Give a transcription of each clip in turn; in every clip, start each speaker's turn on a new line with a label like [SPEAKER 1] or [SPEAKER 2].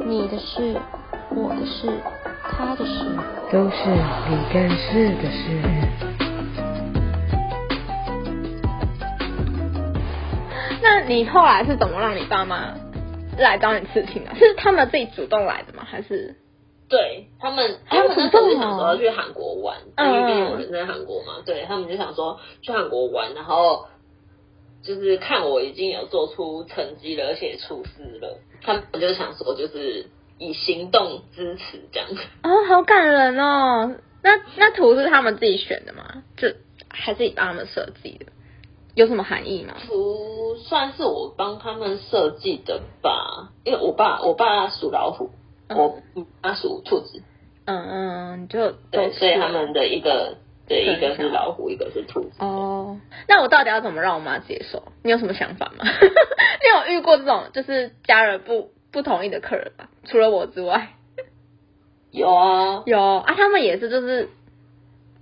[SPEAKER 1] 你的事，我的事，他的事，
[SPEAKER 2] 都是你干事的事。
[SPEAKER 3] 那你后来是怎么让你爸妈来找你刺青的？啊是他们自己主动来的吗？还是
[SPEAKER 4] 对他们，
[SPEAKER 3] 哦
[SPEAKER 4] 他们那时候
[SPEAKER 3] 主
[SPEAKER 4] 就
[SPEAKER 3] 动哦
[SPEAKER 4] 想说要去韩国玩，
[SPEAKER 3] 嗯
[SPEAKER 4] 因为毕竟我人在韩国嘛，对他们就想说去韩国玩，然后就是看我已经有做出成绩了，而且也出师了，他们就想说就是以行动支持这样。
[SPEAKER 3] 哦，好感人哦。那那图是他们自己选的吗？就还是你帮他们设计的？有什么含义吗？
[SPEAKER 4] 图算是我帮他们设计的吧，因为我爸我爸属老虎，
[SPEAKER 3] 嗯
[SPEAKER 4] 我妈属兔子，
[SPEAKER 3] 嗯嗯，就
[SPEAKER 4] 对，
[SPEAKER 3] 都
[SPEAKER 4] 所以
[SPEAKER 3] 是
[SPEAKER 4] 他们的一个对
[SPEAKER 3] 对
[SPEAKER 4] 一个是
[SPEAKER 3] 好
[SPEAKER 4] 老虎，一个是兔子。
[SPEAKER 3] 哦，那我到底要怎么让我妈接受？你有什么想法吗？ 你有遇过这种就是家人不不同意的客人吗？除了我之外，
[SPEAKER 4] 有啊，
[SPEAKER 3] 有啊，他们也是就是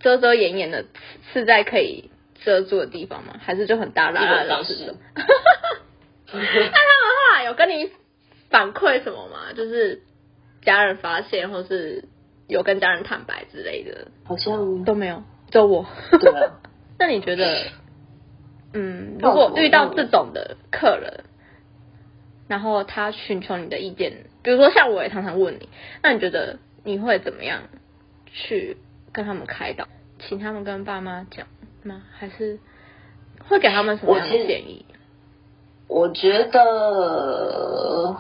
[SPEAKER 3] 遮遮掩掩的是在可以遮住的地方吗？还是就很大大
[SPEAKER 4] 基
[SPEAKER 3] 大
[SPEAKER 4] 本
[SPEAKER 3] 的
[SPEAKER 4] 上
[SPEAKER 3] 啊是什
[SPEAKER 4] 是
[SPEAKER 3] 么？后来有跟你反馈什么吗？就是家人发现，或是有跟家人坦白之类的，
[SPEAKER 4] 好 像
[SPEAKER 3] 都没有，只有我。
[SPEAKER 4] 对啊。
[SPEAKER 3] 那你觉得，嗯，
[SPEAKER 4] 那
[SPEAKER 3] 如
[SPEAKER 4] 我
[SPEAKER 3] 果遇到这种的客人，然后他寻求你的意见，比如说像我也常常问你，那你觉得你会怎么样去跟他们开导，请他们跟爸妈讲吗？还是会给他们什么样的
[SPEAKER 4] 我其实
[SPEAKER 3] 建议？
[SPEAKER 4] 我觉得，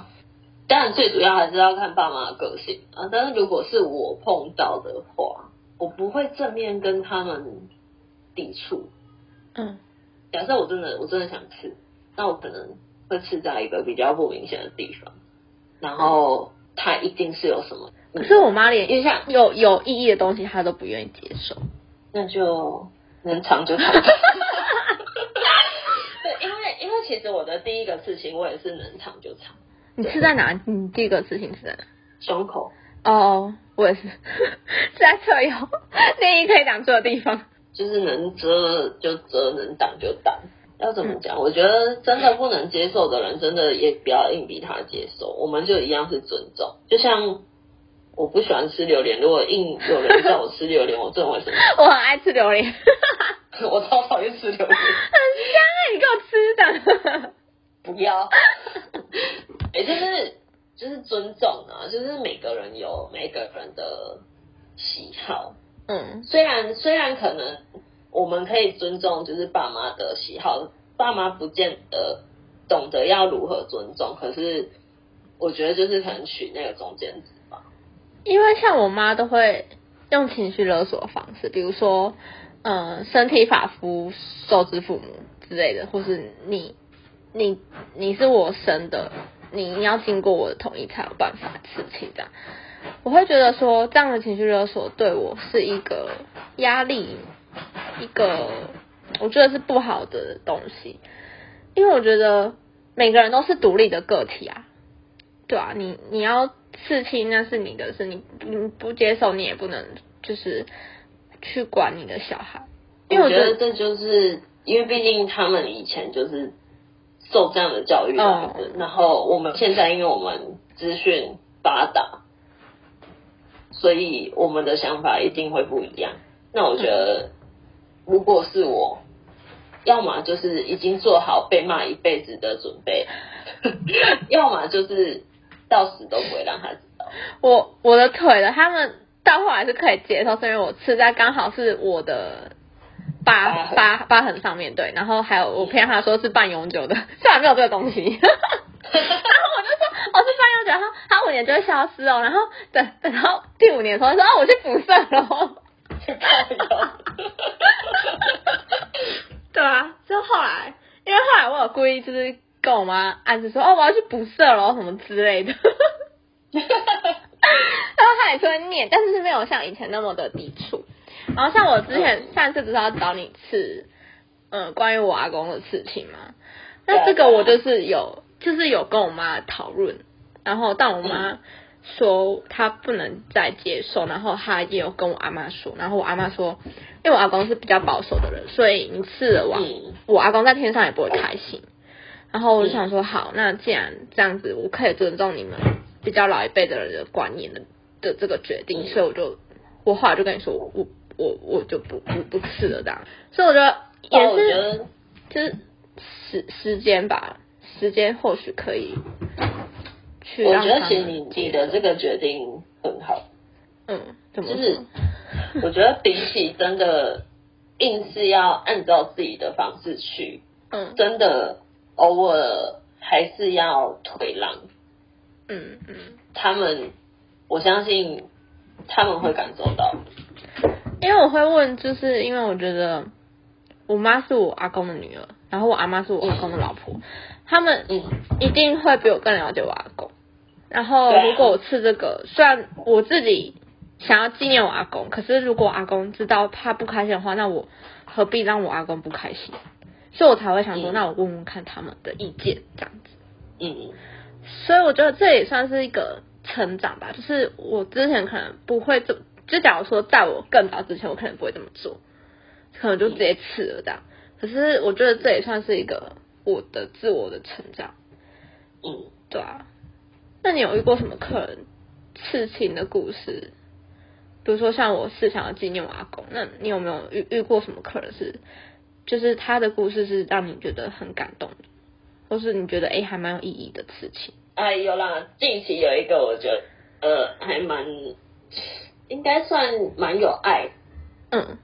[SPEAKER 4] 当然最主要还是要看爸妈的个性啊。但是如果是我碰到的话，我不会正面跟他们抵触。
[SPEAKER 3] 嗯
[SPEAKER 4] 假设我真的我真的想吃，那我可能会吃在一个比较不明显的地方，然后他一定是有什么。嗯
[SPEAKER 3] 可是我妈连
[SPEAKER 4] 因为像
[SPEAKER 3] 有有意义的东西，她都不愿意接受。
[SPEAKER 4] 那就能藏就藏。对，因为因为其实我的第一个事情，我也是能藏就藏，
[SPEAKER 3] 你吃在哪？你第一个事情是在哪？
[SPEAKER 4] 胸口。
[SPEAKER 3] 哦，我也是， 是在侧 腰，内衣可以挡住的地方。
[SPEAKER 4] 就是能遮就遮，能挡就挡。要怎么讲？我觉得真的不能接受的人，真的也不要硬逼他接受。我们就一样是尊重。就像我不喜欢吃榴莲，如果硬有人叫我吃榴莲，我真的会生
[SPEAKER 3] 我很爱吃榴莲，很香
[SPEAKER 4] 气。 我超讨厌吃榴莲，
[SPEAKER 3] 啊！你给我吃的。
[SPEAKER 4] 不要。也、就是就是尊重啊，就是每个人有每个人的喜好。
[SPEAKER 3] 嗯
[SPEAKER 4] 虽然虽然可能我们可以尊重就是爸妈的喜好，爸妈不见得懂得要如何尊重，可是我觉得就是可能取那个中间值吧。，
[SPEAKER 3] 因为像我妈都会用情绪勒索的方式，比如说，嗯、身体发肤受之父母之类的，或是你你你是我生的，你你要经过我的同意才有办法刺青这样。我会觉得说，这样的情绪勒索对我是一个压力，一个我觉得是不好的东西，因为我觉得每个人都是独立的个体啊，对啊，你你要刺青那是你的事，你你不接受你也不能就是去管你的小孩，因为
[SPEAKER 4] 我
[SPEAKER 3] 我觉
[SPEAKER 4] 觉
[SPEAKER 3] 得
[SPEAKER 4] 得这就是因为毕竟他们以前就是受这样的教育
[SPEAKER 3] 哦
[SPEAKER 4] 对然后我们现在因为我们资讯发达，所以我们的想法一定会不一样。那我觉得，如果是我，要么就是已经做好被骂一辈子的准备， 要么就是到死都不会让他知 道。
[SPEAKER 3] 我我的腿了，他们到后来是可以接受，是因为我刺在刚好是我的
[SPEAKER 4] 疤
[SPEAKER 3] 疤
[SPEAKER 4] 痕
[SPEAKER 3] 疤疤痕上面对，然后还有我骗他说是半永久的，虽然没有这个东西， 然后我就说我、哦、是半永久，然后他五年就会消失哦，然后等等到第五年的时候说哦我去补色了， 对啊，就后来因为后来我有故意就是跟我妈暗示说哦我要去补色了什么之类的。然后他也是会念，但是是没有像以前那么的抵触。然后像我之前上次不是要找你刺，嗯，关于我阿公的事情嘛，那这个我就是有，就是有跟我妈讨论，然后但我妈说她不能再接受，然后她也有跟我阿妈说，然后我阿妈说，因为我阿公是比较保守的人，所以你刺了我，
[SPEAKER 4] 嗯
[SPEAKER 3] 我阿公在天上也不会开心。然后我就想说，好，那既然这样子，我可以尊重你们比较老一辈的人的观念的的这个决
[SPEAKER 4] 嗯
[SPEAKER 3] 定，所以我就我后来就跟你说，我我我我就不不不吃了这样，所以我觉得
[SPEAKER 4] 但
[SPEAKER 3] 也
[SPEAKER 4] 哦我觉
[SPEAKER 3] 是
[SPEAKER 4] 得
[SPEAKER 3] 就是时时间吧，时间或许可以去
[SPEAKER 4] 我
[SPEAKER 3] 让
[SPEAKER 4] 觉得
[SPEAKER 3] 他
[SPEAKER 4] 其实
[SPEAKER 3] 们
[SPEAKER 4] 你你的这个决定很好，
[SPEAKER 3] 嗯怎么
[SPEAKER 4] 就是
[SPEAKER 3] 说
[SPEAKER 4] 我觉得比起真的硬是要按照自己的方式去，
[SPEAKER 3] 嗯
[SPEAKER 4] 真的偶尔还是要退让。
[SPEAKER 3] 嗯嗯，
[SPEAKER 4] 他们，我相信他们会感受到。
[SPEAKER 3] 因为我会问，就是因为我觉得我妈是我阿公的女儿，然后我阿妈是我阿公的老婆，他们
[SPEAKER 4] 嗯，
[SPEAKER 3] 一定会比我更了解我阿公。然后
[SPEAKER 4] 对啊
[SPEAKER 3] 如果我吃这个，虽然我自己想要纪念我阿公，可是如果我阿公知道他不开心的话，那我何必让我阿公不开心？所以我才会想说，
[SPEAKER 4] 嗯
[SPEAKER 3] 那我问问看他们的意见，这样子。
[SPEAKER 4] 嗯
[SPEAKER 3] 所以我觉得这也算是一个成长吧，就是我之前可能不会这么，就假如说在我更早之前，我可能不会这么做，可能就直接吃了这样。可是我觉得这也算是一个我的自我的成长。
[SPEAKER 4] 嗯，
[SPEAKER 3] 对啊，那你有遇过什么客人刺青的故事？比如说像我是想要纪念我阿公，那你有没有遇遇过什么客人是，就是他的故事是让你觉得很感动的，或是你觉得哎、诶还蛮有意义的事情？
[SPEAKER 4] 哎，有啦，近期有一个我觉得呃还蛮，应该算蛮有爱。
[SPEAKER 3] 嗯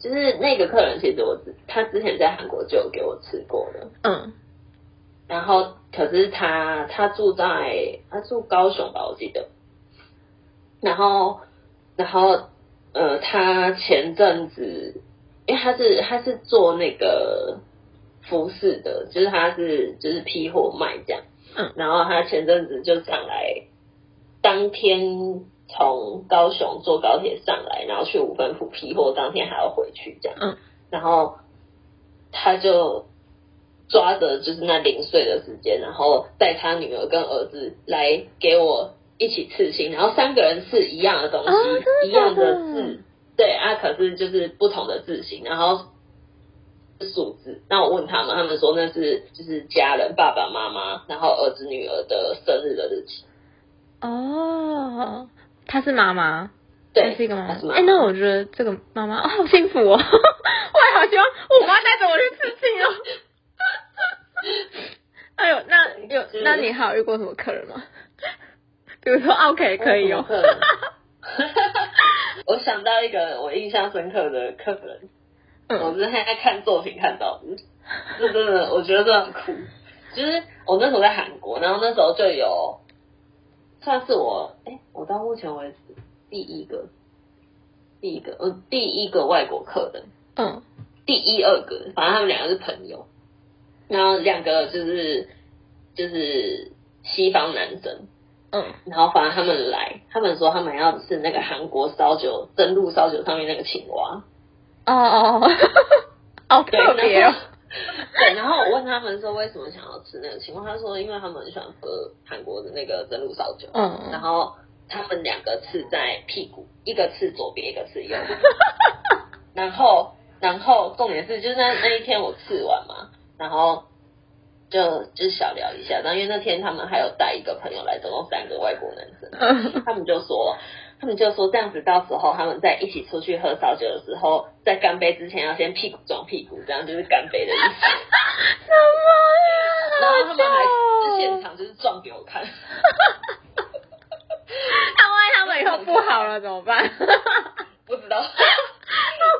[SPEAKER 4] 就是那个客人，其实我之他之前在韩国就有给我吃过了，
[SPEAKER 3] 嗯
[SPEAKER 4] 然后可是他他住在他住高雄吧，我记得。然后然后呃，他前阵子，因为他是他是做那个服饰的，就是他是就是批货卖这样。
[SPEAKER 3] 嗯。
[SPEAKER 4] 然后他前阵子就上来，当天从高雄坐高铁上来，然后去五分埔批货，当天还要回去这样。
[SPEAKER 3] 嗯。
[SPEAKER 4] 然后他就抓着就是那零碎的时间，然后带他女儿跟儿子来给我一起刺青，然后三个人刺一样的东西，
[SPEAKER 3] 啊真
[SPEAKER 4] 一
[SPEAKER 3] 的假的
[SPEAKER 4] 样的字，对啊，可是就是不同的字形，然后是数字。那我问他们，他们说那是就是家人爸爸妈妈，然后儿子女儿的生日的日期。
[SPEAKER 3] 哦，她是妈妈，
[SPEAKER 4] 对，
[SPEAKER 3] 她是一个妈妈
[SPEAKER 4] 他是。妈
[SPEAKER 3] 哎、那我觉得这个妈妈、哦、 好幸福哦，我也好希望我妈带着我去刺青哦。 哎呦，那有
[SPEAKER 4] 嗯
[SPEAKER 3] 那你还有遇过什么客人吗？ 比如说 OK 可以哦
[SPEAKER 4] 我，有什么客人 我想到一个我印象深刻的客人，我
[SPEAKER 3] 嗯
[SPEAKER 4] 是现在看作品看到的，这真的我觉得真的很酷。就是我那时候在韩国，然后那时候就有，算是我哎、我到目前为止第一个，第一个，呃，第一个外国客人，
[SPEAKER 3] 嗯
[SPEAKER 4] 第一二个，反正他们两个是朋友，然后两个就是就是西方男生，
[SPEAKER 3] 嗯
[SPEAKER 4] 然后反正他们来，他们说他们要吃那个韩国烧酒蒸露烧酒上面那个青蛙，
[SPEAKER 3] 哦哦， 哦，好
[SPEAKER 4] 对，
[SPEAKER 3] 特别
[SPEAKER 4] 然
[SPEAKER 3] 哦
[SPEAKER 4] 后， 对，然后我问他们说为什么想要吃那个情况，他说因为他们很喜欢喝韩国的那个蒸露烧酒，然
[SPEAKER 3] 嗯，
[SPEAKER 4] 后他们两个刺在屁股，一个刺左边，一个刺 右边，然后然后重点是就是那那一天我刺完嘛，然后。就就小聊一下，然后因为那天他们还有带一个朋友来，总共三个外国男生，
[SPEAKER 3] 嗯
[SPEAKER 4] 他们就说，他们就说这样子，到时候他们在一起出去喝烧酒的时候，在干杯之前要先屁股撞屁股，这样就是干杯的意 思。
[SPEAKER 3] 什么呀？啊
[SPEAKER 4] 然后他们还
[SPEAKER 3] 好
[SPEAKER 4] 在
[SPEAKER 3] 笑哦
[SPEAKER 4] 现场就是撞给 我看，
[SPEAKER 3] 那万一他们以后不好了怎么办？ 是
[SPEAKER 4] 不 知道，好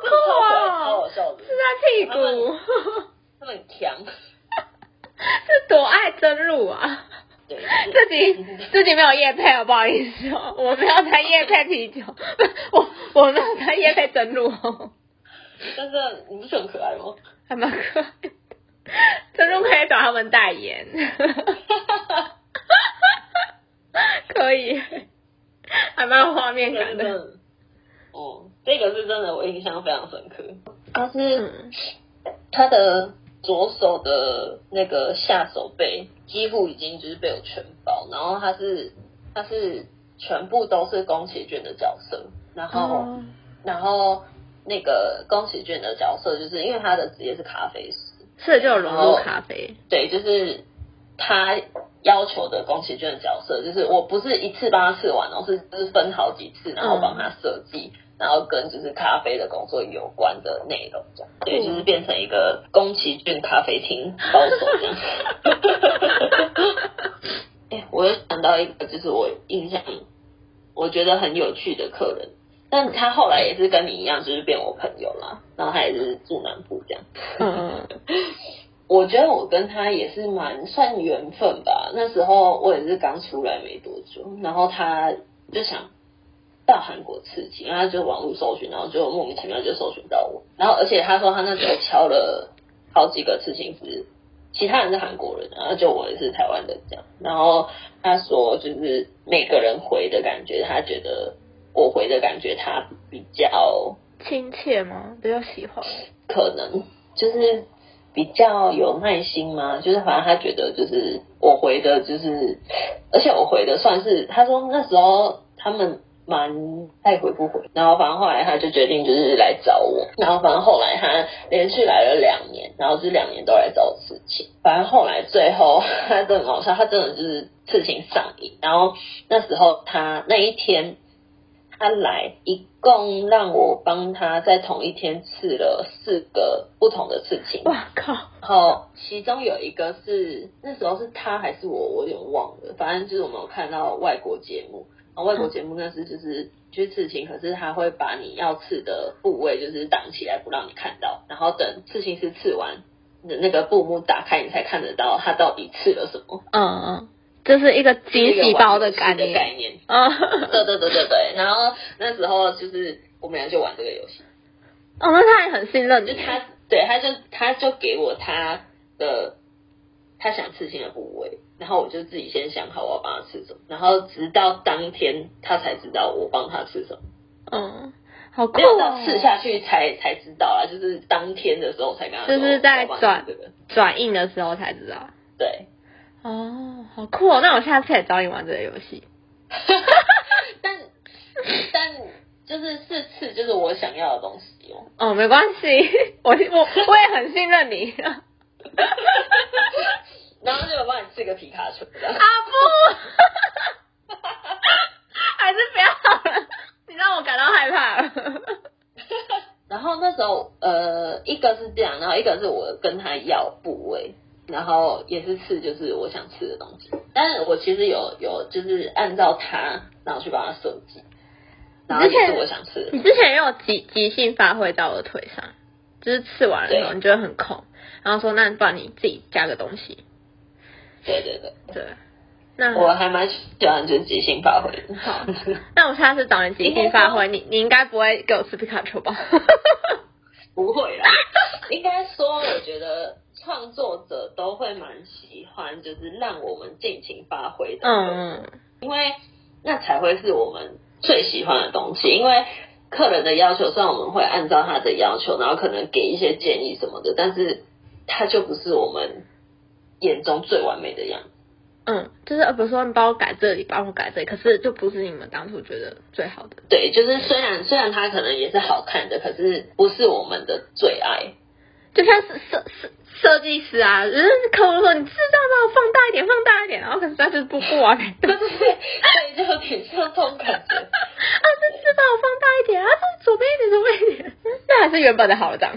[SPEAKER 3] 酷哦
[SPEAKER 4] 超好笑的，
[SPEAKER 3] 在屁
[SPEAKER 4] 他们
[SPEAKER 3] 股，
[SPEAKER 4] 他们很强，
[SPEAKER 3] 是多爱真露啊！
[SPEAKER 4] 对，
[SPEAKER 3] 自己自己没有夜配哦，不好意思哦，我没有在夜配啤酒，不我我没有在夜配真露哦，
[SPEAKER 4] 但是你不是很可爱吗？
[SPEAKER 3] 还蛮可爱的。真露可以找他们代言， 可以，还蛮有画面感
[SPEAKER 4] 真
[SPEAKER 3] 的。
[SPEAKER 4] 的，哦，这个是真的，我印象非常深刻。他是、
[SPEAKER 3] 嗯
[SPEAKER 4] 他的左手的那个下手背几乎已经就是被我全包，然后他是他是全部都是宫崎骏的角色，然后、
[SPEAKER 3] 哦
[SPEAKER 4] 然后那个宫崎骏的角色就是因为他的职业是咖啡师，
[SPEAKER 3] 所以就有融入咖啡，
[SPEAKER 4] 对，就是他要求的宫崎骏的角色，就是我不是一次帮他试完哦，是就是分好几次，然后帮他设计，然后跟就是咖啡的工作有关的内容，这样，所以就是变成一个宫崎骏咖啡厅高手这样。哎、我又想到一个，就是我印象我觉得很有趣的客人，但他后来也是跟你一样，就是变我朋友啦，然后他也是住南部这样。
[SPEAKER 3] 嗯
[SPEAKER 4] 我觉得我跟他也是蛮算缘分吧。那时候我也是刚出来没多久，然后他就想到韩国刺青，然后他就网络搜寻，然后就莫名其妙就搜寻到我。然后而且他说他那时候敲了好几个刺青师，其他人是韩国人，然后就我也是台湾人这样。然后他说就是每个人回的感觉，他觉得我回的感觉他比较
[SPEAKER 3] 亲切吗？比较喜欢。
[SPEAKER 4] 可能就是比较有耐心嘛，就是反正他觉得就是我回的，就是而且我回的算是他说那时候他们蛮爱回不回，然后反正后来他就决定就是来找我，然后反正后来他连续来了两年，然后这两年都来找我刺青，反正后来最后他真的很好笑，他真的就是刺青上瘾，然后那时候他那一天他来，一共让我帮他在同一天刺了四个不同的刺青，
[SPEAKER 3] 哇靠！
[SPEAKER 4] 然后其中有一个是那时候是他还是我，我有点忘了，反正就是我们有看到外国节目，然后外国节目那是就是去刺青，可是他会把你要刺的部位就是挡起来不让你看到，然后等刺青师刺完。那那个布幕打开，你才看得到他到底刺了什么，
[SPEAKER 3] 嗯嗯，这是一个惊喜包的概
[SPEAKER 4] 就是一个
[SPEAKER 3] 念。
[SPEAKER 4] 概念。
[SPEAKER 3] 啊、
[SPEAKER 4] 对对对对对，然后那时候就是我们俩就玩这个游戏，
[SPEAKER 3] 哦，那他也很信任
[SPEAKER 4] 就
[SPEAKER 3] 你。
[SPEAKER 4] 他对他就他就给我他的他想刺青的部位，然后我就自己先想好我要帮他刺什么，然后直到当天他才知道我帮他刺什么，
[SPEAKER 3] 嗯，好酷、
[SPEAKER 4] 没有
[SPEAKER 3] 哦
[SPEAKER 4] 到！刺下去才才知道啦，就是当天的时候才跟他说
[SPEAKER 3] 就是在
[SPEAKER 4] 我帮你刺这个，
[SPEAKER 3] 转印的时候才知道。
[SPEAKER 4] 对，
[SPEAKER 3] 哦，好酷哦！那我下次也找你玩这个游戏。
[SPEAKER 4] 但但就是是刺就是我想要的东西哦。
[SPEAKER 3] 哦，没关系， 我我我也很信任 你。啊
[SPEAKER 4] 然后就我帮你刺个皮卡丘，这样
[SPEAKER 3] 不， 还是不要好了，你让我感到害怕了。
[SPEAKER 4] 然后那时候，呃，一个是这样，然后一个是我跟他要部位，然后也是吃就是我想吃的东西。但是我其实有有就是按照他，然后去帮他设计，然后也是我想吃的
[SPEAKER 3] 你。之前也有即即兴发挥到我的腿上，就是刺完了之后
[SPEAKER 4] 对
[SPEAKER 3] 你觉得很空，然后说那不然你自己加个东西。
[SPEAKER 4] 对对对，
[SPEAKER 3] 对，那
[SPEAKER 4] 我还蛮喜欢就是即兴发挥的。
[SPEAKER 3] 好那我下次找你即兴发挥，你你应该不会给我吃皮卡丘吧？
[SPEAKER 4] 不会啦，应该说，我觉得创作者都会蛮喜欢，就是让我们尽情发挥的。
[SPEAKER 3] 嗯嗯
[SPEAKER 4] 因为那才会是我们最喜欢的东西。因为客人的要求，虽然我们会按照他的要求，然后可能给一些建议什么的，但是他就不是我们眼中最完美的样子。
[SPEAKER 3] 嗯，就是呃比如说你帮我改这里，帮我改这里，可是就不是你们当初觉得最好的。
[SPEAKER 4] 对，就是虽然虽然他可能也是好看的，可是不是我们的最爱。
[SPEAKER 3] 就像设设设设计师啊，就是客户说你是这样让我放大一点，放大一点，然后可是他就是不不 完美，对
[SPEAKER 4] 对
[SPEAKER 3] 啊，
[SPEAKER 4] 对对，所以就有点像这种感觉。
[SPEAKER 3] 这次帮我放大一点，啊，这左边一点，左边一点，那还是原本的好了，这样。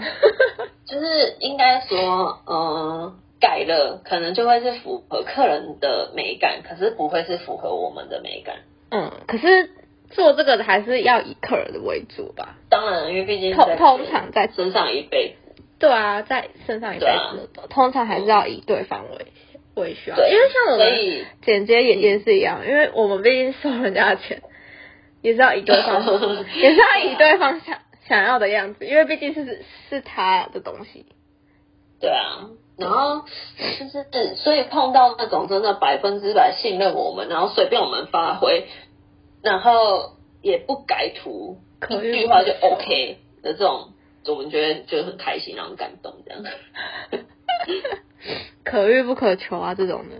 [SPEAKER 4] 就是应该说，嗯，改了可能就会是符合客人的美感，可是不会是符合我们的美感。
[SPEAKER 3] 嗯，可是做这个的还是要以客人的为主吧？
[SPEAKER 4] 当然，因为毕竟
[SPEAKER 3] 通
[SPEAKER 4] 在
[SPEAKER 3] 通常在
[SPEAKER 4] 身上一辈子，
[SPEAKER 3] 对啊，在身上一辈
[SPEAKER 4] 对啊
[SPEAKER 3] 子都、通常还是要以对方为为需要，
[SPEAKER 4] 对
[SPEAKER 3] 因为像我
[SPEAKER 4] 啊所
[SPEAKER 3] 们
[SPEAKER 4] 以
[SPEAKER 3] 剪接也也是一样，因为我们毕竟收人家的钱，也是要以对
[SPEAKER 4] 啊
[SPEAKER 3] 方 也是要以对方想想要的样子，因为毕竟是是他的东西。
[SPEAKER 4] 对啊。然后就是，所以碰到那种真的百分之百信任我们，然后随便我们发挥，然后也不改图，
[SPEAKER 3] 可
[SPEAKER 4] 一
[SPEAKER 3] 遇
[SPEAKER 4] 句
[SPEAKER 3] 不
[SPEAKER 4] 话
[SPEAKER 3] 可
[SPEAKER 4] 就
[SPEAKER 3] 求
[SPEAKER 4] OK 的这种，我们觉得就很开心，然后很感动这样。
[SPEAKER 3] 可遇不可求啊，这种的。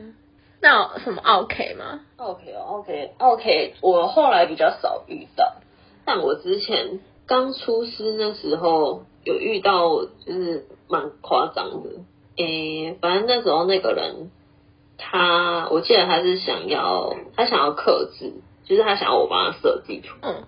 [SPEAKER 3] 那有什么 OK 吗？
[SPEAKER 4] OK 哦，OK OK，我后来比较少遇到，但我之前刚出师那时候有遇到，就是蛮夸张的。诶、反正那时候那个人他，我记得他是想要他想要克制，就是他想要我帮他设地图，
[SPEAKER 3] 嗯，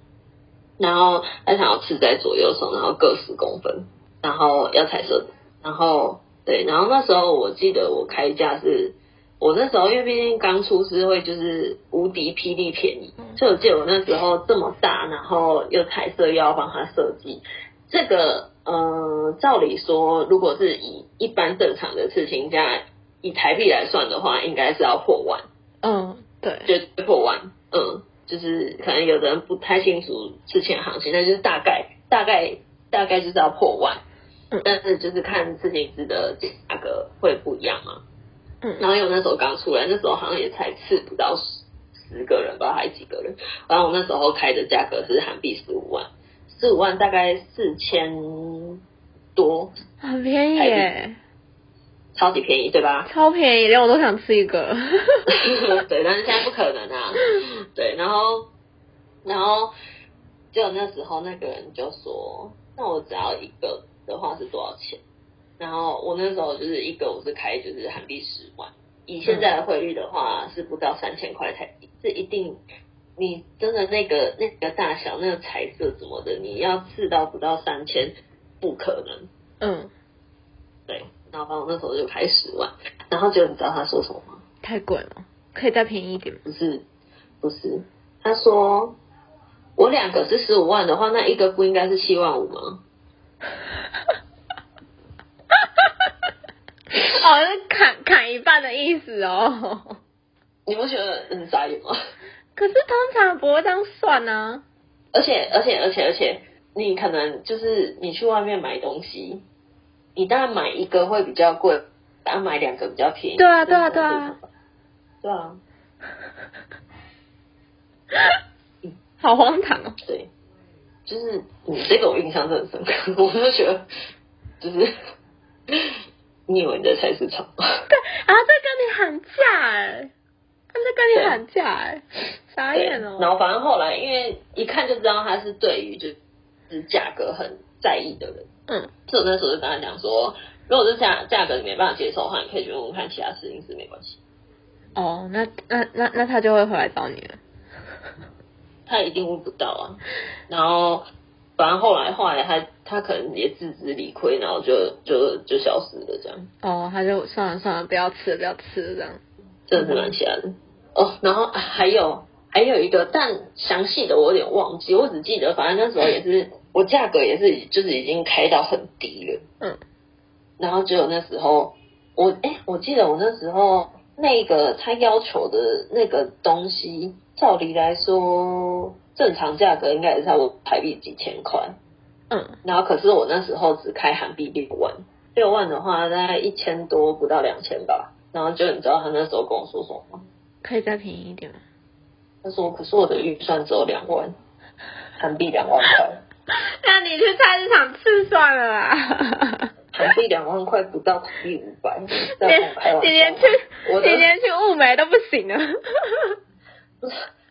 [SPEAKER 4] 然后他想要吃在左右手，然后各十公分，然后要彩色的，然后对，然后那时候我记得我开价是，我那时候因为毕竟刚出师会就是无敌霹雳便宜，所以我记得我那时候这么大，然后又彩色又要帮他设计，这个呃，照理说如果是以一般正常的刺青价以台币来算的话，应该是要破万。
[SPEAKER 3] 嗯，对，
[SPEAKER 4] 就破万，嗯，就是可能有的人不太清楚之前行情，但就是大概大概大概就是要破万
[SPEAKER 3] 嗯，
[SPEAKER 4] 但是就是看自己值的价格会不一样嘛。然
[SPEAKER 3] 嗯
[SPEAKER 4] 后因为我那时候刚出来，那时候好像也才刺不到十十个人，不知道还几个人。然后我那时候开的价格是韩币十五万，十五万大概四千多，
[SPEAKER 3] 很便宜耶，
[SPEAKER 4] 超级便宜，对吧？
[SPEAKER 3] 超便宜，连我都想吃一个。
[SPEAKER 4] 对，但是现在不可能啊。对，然后，然后，就那时候那个人就说：“那我只要一个的话是多少钱？”然后我那时候就是一个，我是开就是韩币十万，以现在的汇率的话是不到三千块台币，这一定。你真的那个那个大小、那个彩色什么的，你要刺到不到三千，不可能。
[SPEAKER 3] 嗯，
[SPEAKER 4] 对，然后反正我那时候就开十万，然后结果你知道他说什么吗？
[SPEAKER 3] 太贵了，可以再便宜一点吗。
[SPEAKER 4] 不是，不是。他说我两个是十五万的话，那一个不应该是七万五吗？
[SPEAKER 3] 哦，是砍砍一半的意思哦。
[SPEAKER 4] 你不觉得很傻眼吗？
[SPEAKER 3] 可是通常不会这样算啊。
[SPEAKER 4] 而且，而且，而且，而且，你可能就是你去外面买东西，你当然买一个会比较贵，当然买两个比较便宜。
[SPEAKER 3] 对啊对啊
[SPEAKER 4] 这是
[SPEAKER 3] 对啊
[SPEAKER 4] 很正常的，对啊，
[SPEAKER 3] 好荒唐哦！
[SPEAKER 4] 对，啊就是你这个我印象真的很深刻，我就觉得就是。 你以为你在菜市场吗？
[SPEAKER 3] 啊，在跟你喊价哎、他在跟你喊价哎、傻
[SPEAKER 4] 对，
[SPEAKER 3] 眼哦。
[SPEAKER 4] 然后反正后来，因为一看就知道他是对于就是价格很在意的人，
[SPEAKER 3] 嗯
[SPEAKER 4] 所以我那时候就跟他讲说，如果这价价格你没办法接受的话，你可以去问问看其他事情是没关系。
[SPEAKER 3] 哦，那那那那他就会回来找你了。
[SPEAKER 4] 他一定问不到啊。然后反正后来后来他他可能也自知理亏，然后就就就消失了，这样
[SPEAKER 3] 哦，他就算了算了，不要吃了不要吃了这样。
[SPEAKER 4] 真的是蛮吓人哦。然后啊还有还有一个，但详细的我有点忘记，我只记得反正那时候也是我价格也是就是已经开到很低了。
[SPEAKER 3] 嗯
[SPEAKER 4] 然后只有那时候，我哎、我记得我那时候那个他要求的那个东西，照理来说正常价格应该也是差不多台币几千块，
[SPEAKER 3] 嗯
[SPEAKER 4] 然后可是我那时候只开韩币六万，六万的话大概一千多不到两千吧，然后就你知道他那时候跟我说什么吗？
[SPEAKER 3] 可以再便宜一点吗？
[SPEAKER 4] 他说可是我的预算只有两万，韩币两万块，
[SPEAKER 3] 那你去菜市场吃算了 啦。
[SPEAKER 4] 韩币两万块不到台币五百，
[SPEAKER 3] 你
[SPEAKER 4] 在跟我开玩笑吗？
[SPEAKER 3] 你连去
[SPEAKER 4] 我
[SPEAKER 3] 你
[SPEAKER 4] 的
[SPEAKER 3] 连去雾眉都不行啊了。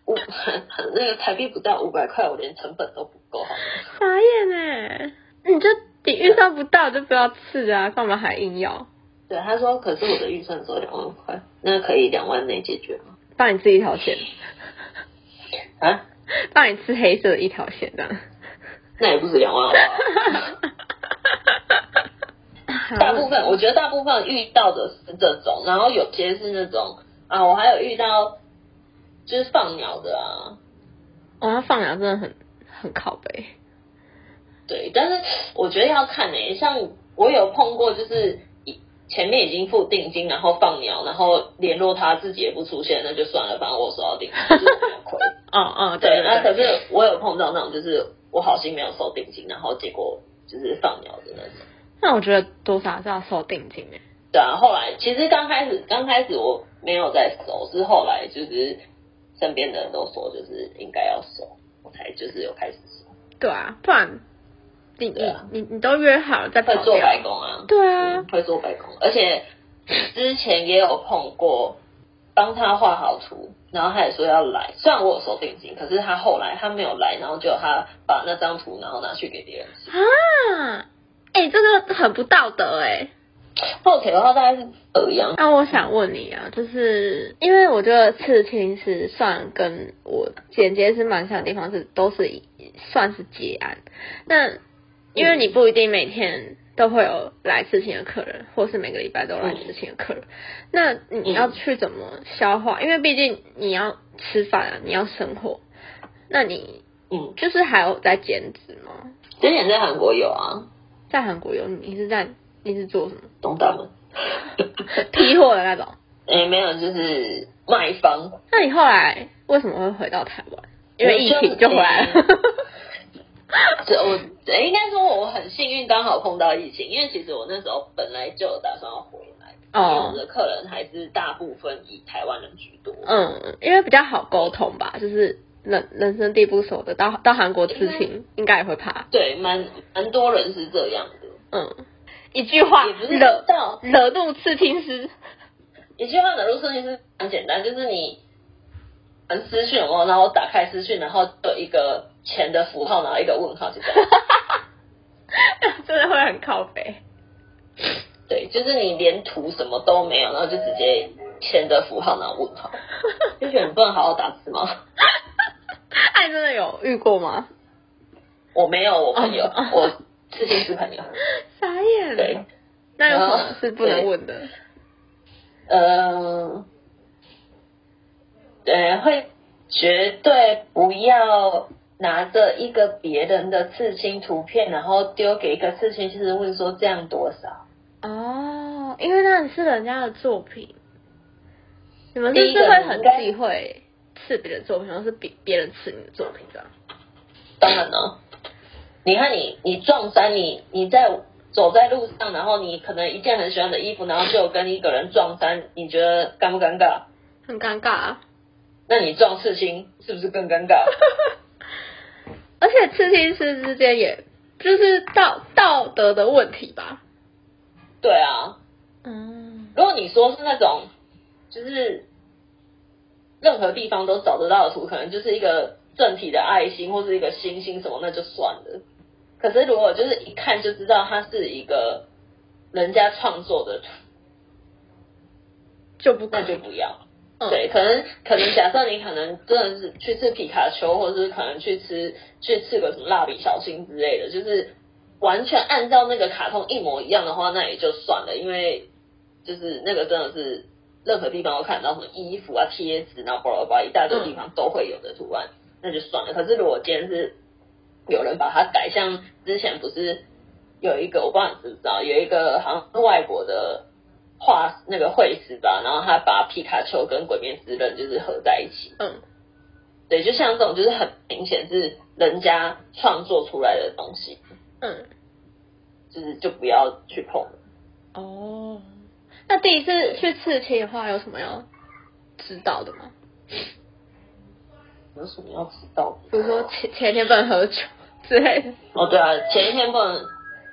[SPEAKER 4] 我 那个台币不到五百块，我连成本都不够，好吗
[SPEAKER 3] 傻眼哎、你就你预算不到就不要吃啊，干嘛还硬要？
[SPEAKER 4] 对，他说，可是我的预算只有两万块，那可以两万内解决吗？
[SPEAKER 3] 帮你吃一条 线，
[SPEAKER 4] 啊，
[SPEAKER 3] 帮你吃黑色的一条线这样。
[SPEAKER 4] 那也不止两万好不好 大部分我觉得大部分遇到的是这种，然后有些是那种啊，我还有遇到就是放鸟的啊，
[SPEAKER 3] 我要放养真的很很靠背。
[SPEAKER 4] 对，但是我觉得要看诶、像我有碰过，就是以前面已经付定金，然后放鸟，然后联络他自己也不出现，那就算了，反正我收到定金，就是我没有亏。
[SPEAKER 3] 哦哦，对
[SPEAKER 4] 对，那
[SPEAKER 3] 对
[SPEAKER 4] 可
[SPEAKER 3] 对，
[SPEAKER 4] 是我有碰到那种，就是我好心没有收定金，然后结果就是放鸟的那种。
[SPEAKER 3] 那我觉得多少是要收定金诶。
[SPEAKER 4] 对啊，后来其实刚开始刚开始我没有在收，是后来就是身边的人都说就是应该要收，我才就是有开始收，
[SPEAKER 3] 对啊，不然你
[SPEAKER 4] 对啊
[SPEAKER 3] 你你你都约好了再
[SPEAKER 4] 会
[SPEAKER 3] 跑
[SPEAKER 4] 做
[SPEAKER 3] 掉。
[SPEAKER 4] 白工啊，
[SPEAKER 3] 对啊
[SPEAKER 4] 嗯，会做白工，而且之前也有碰过。帮他画好图，然后他也说要来，虽然我有收定金，可是他后来他没有来，然后就他把那张图然后拿去给别人，
[SPEAKER 3] 啊，哎、这个很不道德哎、
[SPEAKER 4] 后腿的话大概是这样，
[SPEAKER 3] 那我想问你啊，就是因为我觉得刺青是算跟我剪接是蛮像的地方是，都是以算是结案。那因为你不一定每天都会有来刺青的客人，或是每个礼拜都来刺青的客人，那你要去怎么消化？因为毕竟你要吃饭啊，你要生活，那你
[SPEAKER 4] 嗯，
[SPEAKER 3] 就是还有在兼职吗？
[SPEAKER 4] 之前在韩国有啊，
[SPEAKER 3] 在韩国有你是在你是做什么
[SPEAKER 4] 东大门，
[SPEAKER 3] 批货的那种？
[SPEAKER 4] 诶、没有，就是卖方，
[SPEAKER 3] 那你后来为什么会回到台湾？因为疫情就回来 了。
[SPEAKER 4] 这我诶应该说我很幸运，刚好碰到疫情，因为其实我那时候本来就有打算要回来，因为我们
[SPEAKER 3] 哦，
[SPEAKER 4] 的客人还是大部分以台湾人居多，
[SPEAKER 3] 嗯，因为比较好沟通吧，就是人人生地不熟的，到到韩国吃
[SPEAKER 4] 啊
[SPEAKER 3] 青应该也会怕。
[SPEAKER 4] 对，蛮蛮多人是这样的，
[SPEAKER 3] 嗯，一句话
[SPEAKER 4] 也不是
[SPEAKER 3] 惹
[SPEAKER 4] 到
[SPEAKER 3] 惹怒刺青师。
[SPEAKER 4] 一句话的路设计是很简单，就是你很私讯我，然后我打开私讯，然后有一个钱的符号，然后一个问号，就 这样。
[SPEAKER 3] 真的会很靠北。
[SPEAKER 4] 对，就是你连图什么都没有，然后就直接钱的符号，然后问 号，就觉得你不能好好打字吗？
[SPEAKER 3] 爱哎真的有遇过吗？
[SPEAKER 4] 我没有，我朋友
[SPEAKER 3] 哦，嗯
[SPEAKER 4] 我事情 是朋友。
[SPEAKER 3] 傻眼。
[SPEAKER 4] 对，
[SPEAKER 3] 那有什么是不能问的？
[SPEAKER 4] 呃，对，会绝对不要拿着一个别人的刺青图片，然后丢给一个刺青师问说这样多少。
[SPEAKER 3] 哦，因为那是人家的作品，你们
[SPEAKER 4] 第
[SPEAKER 3] 是
[SPEAKER 4] 一
[SPEAKER 3] 不
[SPEAKER 4] 个
[SPEAKER 3] 是会
[SPEAKER 4] 你
[SPEAKER 3] 很
[SPEAKER 4] 应该
[SPEAKER 3] 忌讳刺别人的作品，或是别别人刺你的作品这样？
[SPEAKER 4] 当然了，你看你你撞衫，你你在走在路上，然后你可能一件很喜欢的衣服，然后就跟一个人撞衫，你觉得尴不尴尬？
[SPEAKER 3] 很尴尬、啊。
[SPEAKER 4] 那你撞刺青是不是更尴尬？
[SPEAKER 3] 而且刺青师之间也就是道道德的问题吧。
[SPEAKER 4] 对啊，
[SPEAKER 3] 嗯，
[SPEAKER 4] 如果你说是那种，就是任何地方都找得到的图，可能就是一个正体的爱心或是一个星星什么，那就算了。可是如果就是一看就知道它是一个人家创作的图，
[SPEAKER 3] 就不
[SPEAKER 4] 那
[SPEAKER 3] 可
[SPEAKER 4] 就不要。
[SPEAKER 3] 嗯
[SPEAKER 4] 对，可能可能假设你可能真的是去吃皮卡丘，或者是可能去吃去吃个什么蜡笔小新之类的，就是完全按照那个卡通一模一样的话，那也就算了，因为就是那个真的是任何地方都看得到，什么衣服啊、贴纸，然后巴拉巴拉一大堆地方都会有的图案，那就算了。可是如果今天是有人把它改，像之前不是有一个我不知道你知不知道，有一个好像是外国的画那个绘师吧，然后他把皮卡丘跟鬼灭之刃就是合在一起，
[SPEAKER 3] 嗯
[SPEAKER 4] 对，就像这种就是很明显是人家创作出来的东西，
[SPEAKER 3] 嗯
[SPEAKER 4] 就是就不要去碰。
[SPEAKER 3] 哦。那第一次去刺青的话，有什么要知道的吗？
[SPEAKER 4] 有什么要知道的？
[SPEAKER 3] 比如说前前一天不能喝酒之类的。
[SPEAKER 4] 哦，对啊，前一天不能，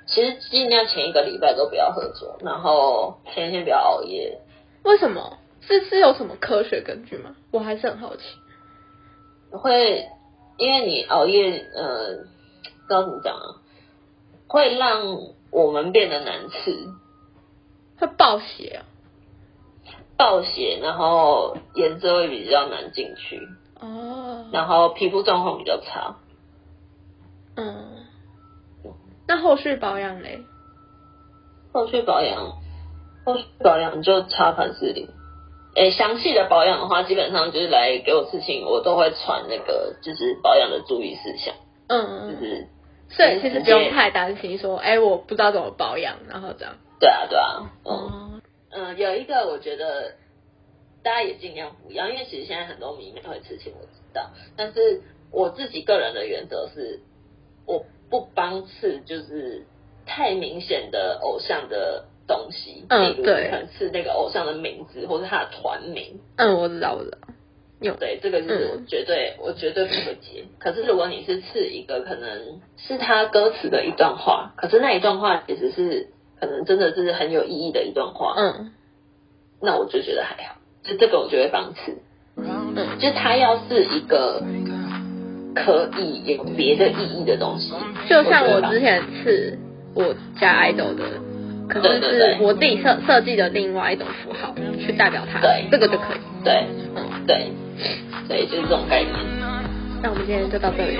[SPEAKER 4] 其实尽量前一个礼拜都不要喝酒，然后前一天不要熬夜。
[SPEAKER 3] 为什么？是是有什么科学根据吗？我还是很好奇。
[SPEAKER 4] 会因为你熬夜，呃，不知道怎么讲啊，会让我们变得难吃、
[SPEAKER 3] 会爆血啊
[SPEAKER 4] 暴血，然后颜色会比较难进去，
[SPEAKER 3] 哦。哦，
[SPEAKER 4] 然后皮肤状况比较差。
[SPEAKER 3] 嗯，那后续保养嘞？
[SPEAKER 4] 后续保养，后续保养就擦凡士林。诶，详细的保养的话，基本上就是来给我刺青，我都会传那个就是保养的注意事项，就
[SPEAKER 3] 嗯，
[SPEAKER 4] 是
[SPEAKER 3] 所以其实不用太担心说，哎、我不知道怎么保养，然后这样。
[SPEAKER 4] 对啊对啊，嗯
[SPEAKER 3] 哦，
[SPEAKER 4] 嗯、呃有一个我觉得大家也尽量不要，因为其实现在很多迷妹会刺青，我知道，但是我自己个人的原则是，我不帮刺就是太明显的偶像的东西，
[SPEAKER 3] 嗯
[SPEAKER 4] 例如
[SPEAKER 3] 对
[SPEAKER 4] 可能刺那个偶像的名字或是他的团名，
[SPEAKER 3] 嗯，我知道，我知道。有
[SPEAKER 4] 对，这个就是
[SPEAKER 3] 嗯
[SPEAKER 4] 我绝对、我绝对不会接。可是如果你是刺一个可能是他歌词的一段话，可是那一段话其实是可能真的是很有意义的一段话，
[SPEAKER 3] 嗯
[SPEAKER 4] 那我就觉得还好。就这个我就会帮刺，
[SPEAKER 3] 嗯
[SPEAKER 4] 就他要是一个可以有别的意义的东西，
[SPEAKER 3] 就像我
[SPEAKER 4] 觉得
[SPEAKER 3] 之前是我家 idol 的可
[SPEAKER 4] 对
[SPEAKER 3] 是
[SPEAKER 4] 对对
[SPEAKER 3] 是我自己设设计的另外一种符号去代表它
[SPEAKER 4] 对，
[SPEAKER 3] 这个就可以。
[SPEAKER 4] 对
[SPEAKER 3] 嗯，
[SPEAKER 4] 对，所以就是这种概念。
[SPEAKER 3] 那我们今天就到这里。